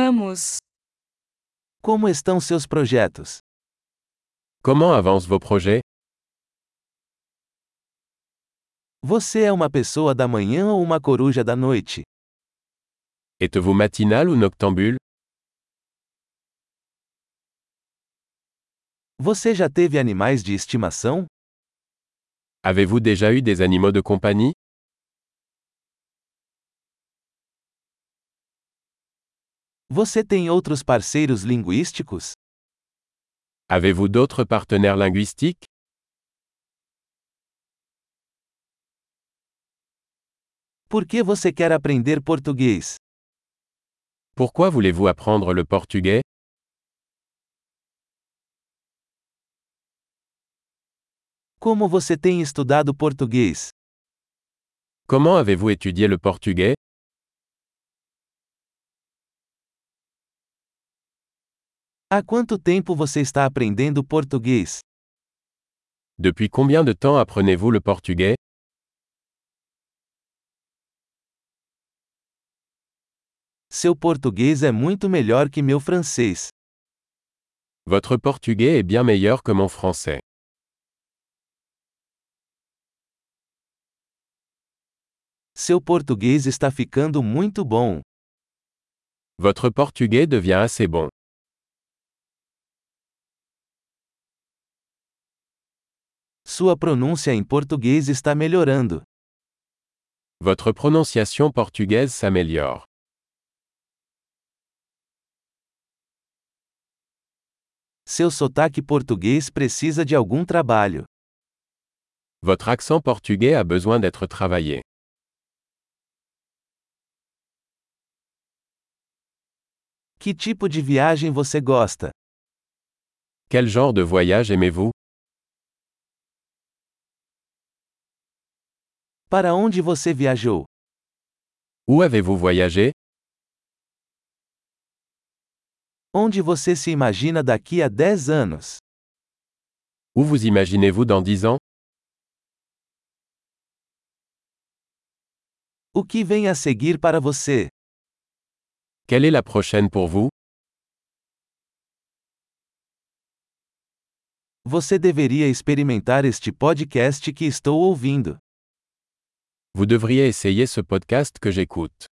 Vamos! Como estão seus projetos? Comment avancent vos projets Você é uma pessoa da manhã ou uma coruja da noite? Êtes-vous matinal ou noctambule Você já teve animais de estimação? Avez-vous déjà eu des animaux de compagnie Você tem outros parceiros linguísticos? Avez-vous d'autres partenaires linguistiques Por que você quer aprender português? Pourquoi voulez-vous apprendre le portugais Como você tem estudado português? Comment avez-vous étudié le portugais Há quanto tempo você está aprendendo português? Depuis combien de temps apprenez-vous le portugais Seu português é muito melhor que meu francês. Votre portugais est bien meilleur que mon français. Seu português está ficando muito bom. Votre portugais devient assez bon. Sua pronúncia em português está melhorando. Votre prononciation portugaise s'améliore. Seu sotaque português precisa de algum trabalho. Votre accent portugais a besoin d'être travaillé. Que tipo de viagem você gosta? Quel genre de voyage aimez-vous Para onde você viajou? Où avez-vous voyagé Onde você se imagina daqui a 10 anos? Où vous imaginez-vous dans 10 ans O que vem a seguir para você? Quelle est la prochaine pour vous Você deveria experimentar este podcast que estou ouvindo. Vous devriez essayer ce podcast que j'écoute.